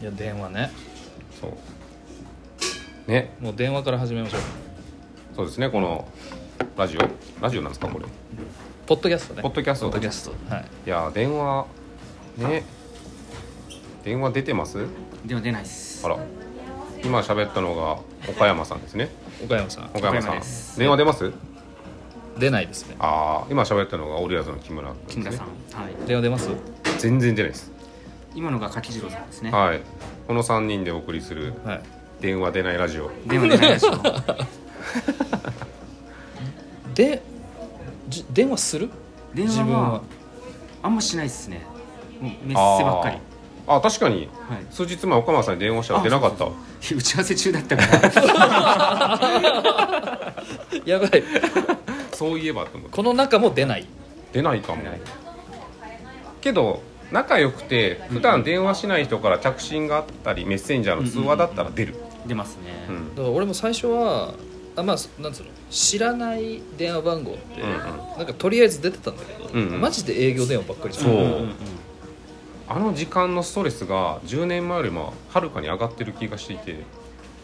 いや電話ねそうねもう電話から始めましょうそうですねこのラジオラジオなんですかこれいポッドキャストねポッドキャストポッドキャストはいやー電話ね電話出てますでは出ないっすあら今喋ったのが岡山さんですね岡山さん岡山さ岡山んです電話出ます出ないですねああ今喋ったのがオリアーズの木村木君で村すねさん、はい、電話出ます全然出ないです今のが柿次郎さんですね、はいこの3人でお送りするはい電話出ないラジオでは出ない でしょでじ電話 する電自話分ははあんましないっすねもうメッセばっかりあーあ確かにはい数日前岡山さんに電話したら出なかったあそうそう そう打ち合わせ中だっ たからやばいそういえばと思ってこの中も出ない出ないかも出ないけど仲良くて普段電話しない人から着信があったりメッセンジャーの通話だったら出る出ますうね、んだから俺も最初はあまあそなんつうの知らない電話番号って、うんうんなんかとりあえず出てたんだけど、うんうんマジで営業電話ばっかりじゃんそううんうんあの時間のストレスが10年前よりもはるかに上がってる気がしていて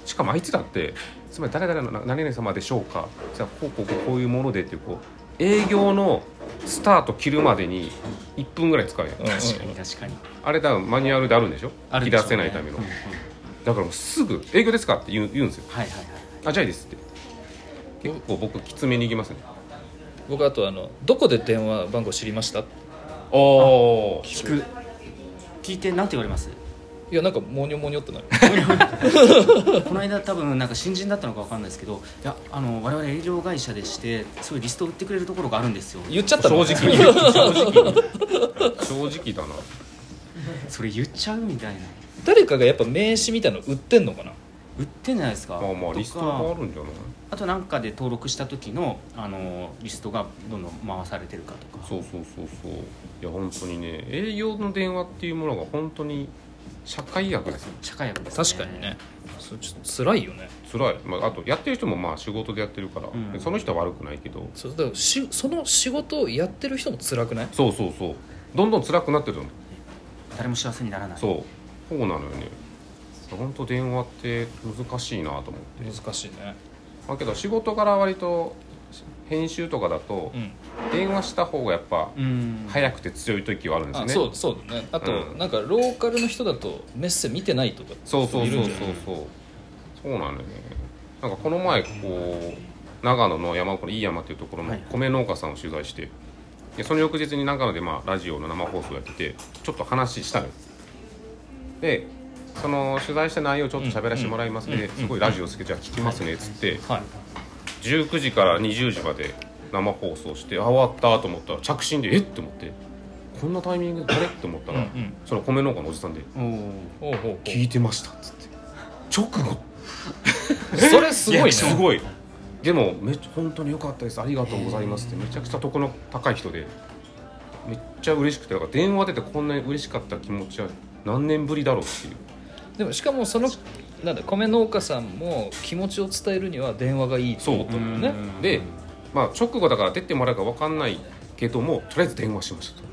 しかもあいつだってつまり誰々のな何々様でしょうかじゃあこうこうこうこういうものでっていうこう営業のスタート切るまでに1分ぐらい使うやんうんうん確かに確かにあれ多分マニュアルであるんでしょある引きでし出ょうねせないためのうんうんだからもうすぐ「営業ですか?」って言う言うんですよはいはいはい「あじゃあいいです」って結構僕きつめに行きますね僕あとあの「どこで電話番号知りました?」いおお聞く聞いてなんて言わ れますやなんかモニョモニョってなるこの間多分なんか新人だったのかわかんないですけどいやあの我々営業会社でしてそういうリストを売ってくれるところがあるんですよ言っちゃった正の直に 正直に正直だなそれ言っちゃうみたいな誰かがやっぱ名刺みたいの売ってんのかな売ってんじゃないですかまあまあとかリストがあるんじゃないあとなんかで登録した時のあのリストがどんどん回されてるかとかそうそうそうそういや本当にね営業の電話っていうものが本当に社会役ですよ社会役です、ね、確かにねそれちょっと辛いよね辛い、まあ、あとやってる人もまあ仕事でやってるから、うんその人は悪くないけどそれだからしその仕事をやってる人も辛くないそうそうそうどんどん辛くなってると思う誰も幸せにならないそうそうなのよね本当電話って難しいなと思って、難しいねまあ、けど仕事柄割と編集とかだとうん電話した方がやっぱうん早くて強い時はあるんですあねそうそうだねあと、うんなんかローカルの人だとメッセ見てないとかそうそういそうるそんうじゃないそうそうなのよねなんかこの前こう長野の山これいい山っていうところのはい米農家さんを取材してでその翌日に長野でまあラジオの生放送やっててちょっと話したのよでその取材した内容をちょっと喋らせてもらいますうんうんねうんすごいラジオ好きじゃあ聞きますねっつってはい19時から20時まで生放送してあ終わったと思ったら着信でえっと思ってこんなタイミングで誰って思ったら、うんうんその米農家のおじさんでおーおうおうおう「聞いてました」っつって直後 それすごいいねやすごいでもめっちゃ本当に良かったですありがとうございますってめちゃくちゃとこの高い人でめっちゃ嬉しくてだから電話出てこんなに嬉しかった気持ちは何年ぶりだろうっていうでもしかもそのなんだ米農家さんも気持ちを伝えるには電話がいいと思ったんだよねうんでまあ直後だから出てもらうか分かんないけどもとりあえず電話しましたと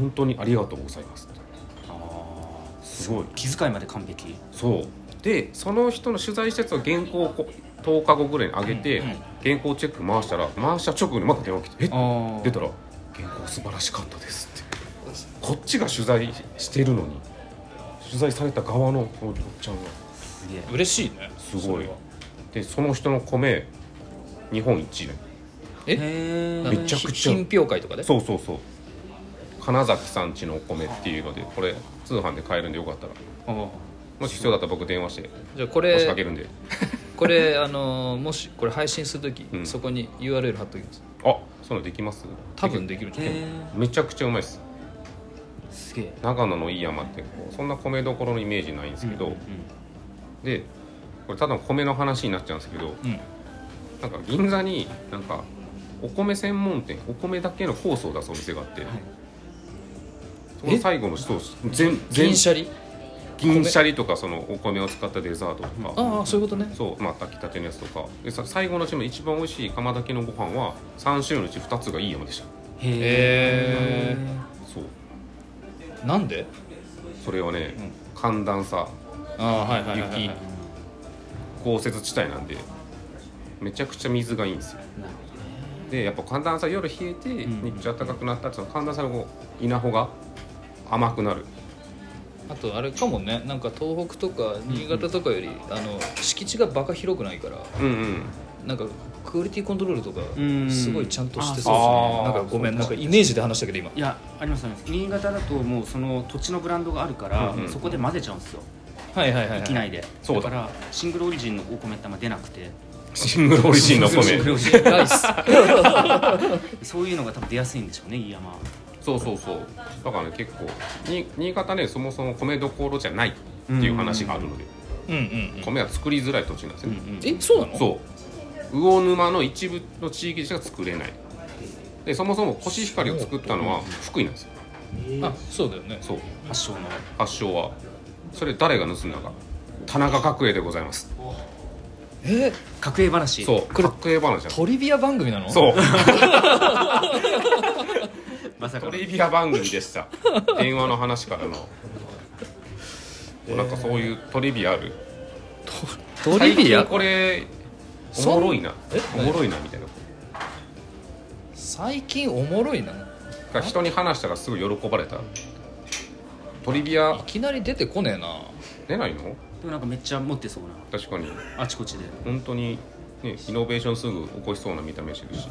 本当にありがとうございますとあーすごい気遣いまで完璧そうでその人の取材したやつは原稿をこう10日後ぐらいに上げて、うんうん原稿チェック回したら回した直後にまた電話来て「えっ?」あ出たら「原稿素晴らしかったです」ってこっちが取材してるのに取材された側のおっちゃんがすげえ嬉しいねすごいそれはでその人の米日本一位えへなんーだめちゃくちゃ品評会とかでそうそうそう金崎さんちのお米っていうのでこれ通販で買えるんでよかったらあーもし必要だったら僕電話してじゃあこ押しかれけるんで、これあのーもしこれ配信するとき、うんそこに URL 貼っときますあそういうのできます多分できるんじゃないへめちゃくちゃうまいですーすげえ長野のいい山ってこうそんな米どころのイメージないんですけど、うんでこれただの米の話になっちゃうんですけどうんなんか銀座になんかお米専門店お米だけのコースを出すお店があって、はいそこの最後の一つ全全銀シャリ銀シャリとかそのお米を使ったデザートとか、ああそういうことねそうまあ炊きたてのやつとかでさ最後のうちの一番美味しい釜炊きのご飯は3種類のうち2つがいい山でしたへへえそうなんでそれはね、寒暖差ああはいはいはい、はい雪、豪雪地帯なんでめちゃくちゃ水がいいんですよなるでやっぱ寒暖差夜冷えてうん日中暖かくなったらその寒暖差のこう稲穂が甘くなるあとあれかもねなんか東北とか新潟とかより、あの敷地がバカ広くないからうんうんなんかクオリティコントロールとかんすごいちゃんとしてそうであすねそうなんかごめんなんかイメージで話したけど今いやありますあります新潟だともうその土地のブランドがあるから、うんうんそこで混ぜちゃうんですよはいはいはい、域はい、内でそうだからシングルオリジンのお米ってあんま出なくてシングルオリジンの米シングルオリジンライ スそういうのが多分出やすいんでしょうね飯山はそうそうそうだからね結構に新潟ねそもそも米どころじゃないっていう話があるのでうんうん、米は作りづらい土地なんですうんうね、えんそうなのそう魚沼の一部の地域でしか作れないでそもそもコシヒカリを作ったのは福井なんですよあそうだよねそう発祥の発祥はそれ誰が盗んだのか田中角栄でございますえ格営話そうこれ角栄話なんですトリビア番組なの そうまさかトのリビア番組でした電話の話からのなんかそういうトリビアあるトリビ最ア近これそおんもろいなえおもろいなみたいな最近おもろいなが人に話したらすぐ喜ばれたトリビアいきなり出てこねえな出ないのでもなんかめっちゃ持ってそうな確かにあちこちで本当にねイノベーションすぐ起こしそうな見た目してるし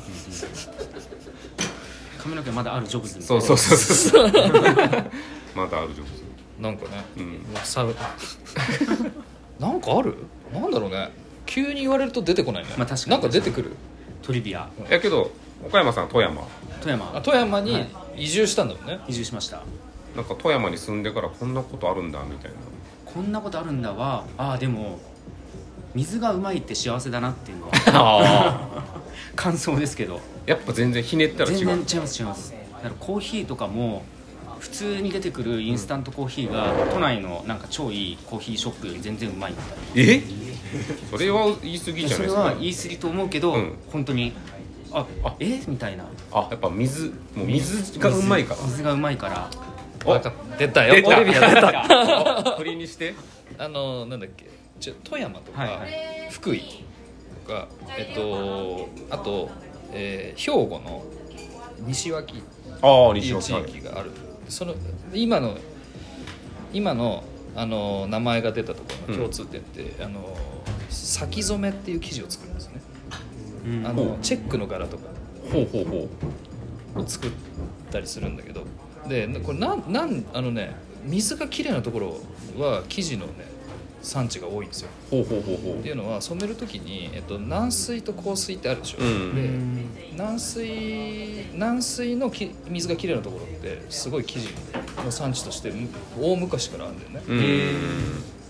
髪の毛まだあるジョブズみたいそなうそうそうそう まだある状況なんかねうんうわさ なんかあるなんだろうね急に言われると出てこないね、まあ確かになんか出てくるトリビアやけど岡山さん富山富あ山富山にはい移住したんだもんね、移住しましたなんか富山に住んでからこんなことあるんだみたいなこんなことあるんだわああでも水がうまいって幸せだなっていうの は感想ですけどやっぱ全然ひねったら違全う然違います違いますだからコーヒーとかも普通に出てくるインスタントコーヒーが都内のなんか超いいコーヒーショップより全然うまいみたいえそれは言い過ぎなじゃそないれですかは言い過ぎと思うけど、うん本当にああえみたいなあやっぱ水もう水がうまいか水がうまいからおわかった出たよ出たトリビア出たら鳥にしてあのなんだっけちょ富山とか、はいはい福井とかえっとあと、えー兵庫の西脇っああてい西う尾地さん域があるその今の今のあの名前が出たところの共通点って、あの先染めっていう生地を作るんですね、うんあのチェックの柄とかほうほうほうを作ったりするんだけどでこれなんなんあのね水がきれいなところは生地のね産地が多いんですよほうほうほうほうっていうのは染める時に、えっと、軟水と硬水ってあるでしょ、うんで軟水軟水のき水がきれいなところってすごい生地の産地としてむ大昔からあるんだよね、うっん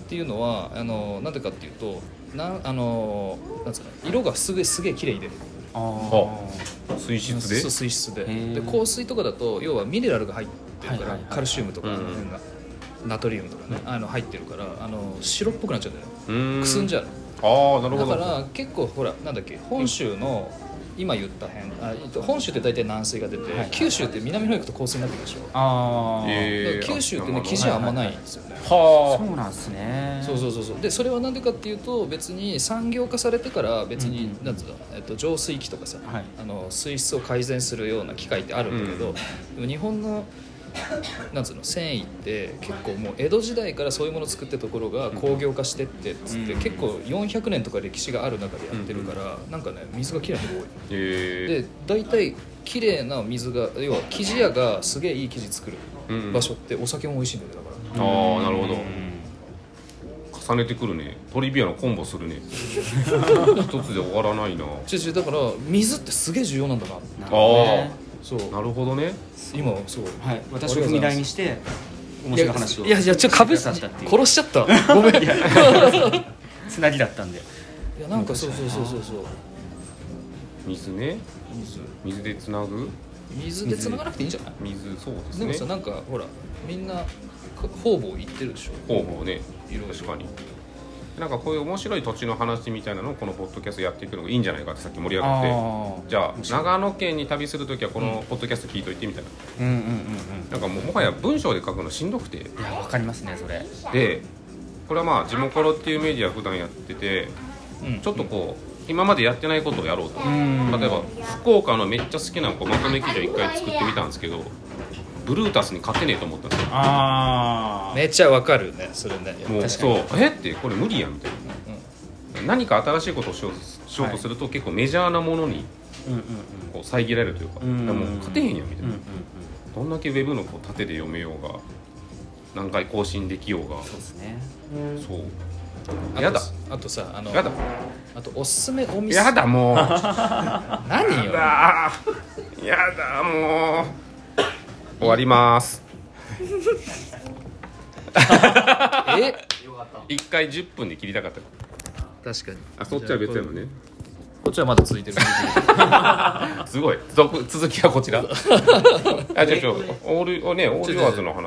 ていうのはあのなんでかっていうとなんあのなんつうの色がすげえすげえ綺麗に出るあ水質でそう水質でへーで硬水とかだと要はミネラルが入ってるから、はいはいはいカルシウムとか、うんあの辺がナトリウムとかねあの入ってるからあの白っぽくなっちゃうんだよねうんくすんじゃうああなるほどだから結構ほらなんだっけ本州の今言った辺あえっと本州って大体軟水が出て、はい九州って南の方行くと硬水になってくるでしょ、あーえだーから九州ってあねなるほど生地はあんまないんですよね、はそうなんですねそうそうそうそうでそれはなんでかっていうと別に産業化されてから別に、うんうんなんつうの、えっと、浄水器とかさ、はいあの水質を改善するような機械ってあるんだけど、でも日本のなんつうの繊維って結構もう江戸時代からそういうものを作ってたところが工業化してってっつって、うん結構400年とか歴史がある中でやってるから、なんかね水がきれいに多い。あへで大体綺麗な水が要は生地屋がすげえいい生地作るえ場所ってお酒も美味しいんだよねだから。ああなるほど重ねてくるねトリビアのコンボする ね一つで終わらないな違う違うだから水ってすげえ重要なんだななるほどねそうなるほどね今そうはい私を踏み台にして面白い話をいやいやちょっと壁壁殺刺したっていうしちゃった ごめんいや つなぎだったんでなんかそうそうそうそうそう水ね水水でつなぐ水で繋がなくていいんじゃない水そうでもですさねなんかほらみんな方々言ってるでしょ方法ねいろいろ確かにでなんかこういう面白い土地の話みたいなのをこのポッドキャストやっていくのがいいんじゃないかってさっき盛り上がってあじゃあ面白い長野県に旅する時はこのポッドキャスト聞いといてみたいな、うんうんうんなんかもうもはや文章で書くのしんどくてうんいやわかりますねそれでこれはまあ「地元コロ」っていうメディア普段やっててうんちょっとこう今までやってないことをやろうとん例えば福岡のめっちゃ好きなこうまとめ記事を一回作ってみたんですけどブルータスに勝てねえと思ったんですよあめっちゃわかるねそれねもう確かにそうえってこれ無理やんみたいな何か新しいことをしようしようとすると結構メジャーなものにうんうんうんこう遮られるというかうんもう勝てへんやんみたいうんうなんうんどんだけウェブのこう縦で読めようが何回更新できようがそうですねそううんやだあとあとさあのやだあとおすすめお店やだ もう何やよだやだもう終わりますえ一回10分で切りたかった確かにあそっちは別やのねこっちはまだ続いてるすごい続続きはこちらあじゃあちょオールおねオールユアーズの話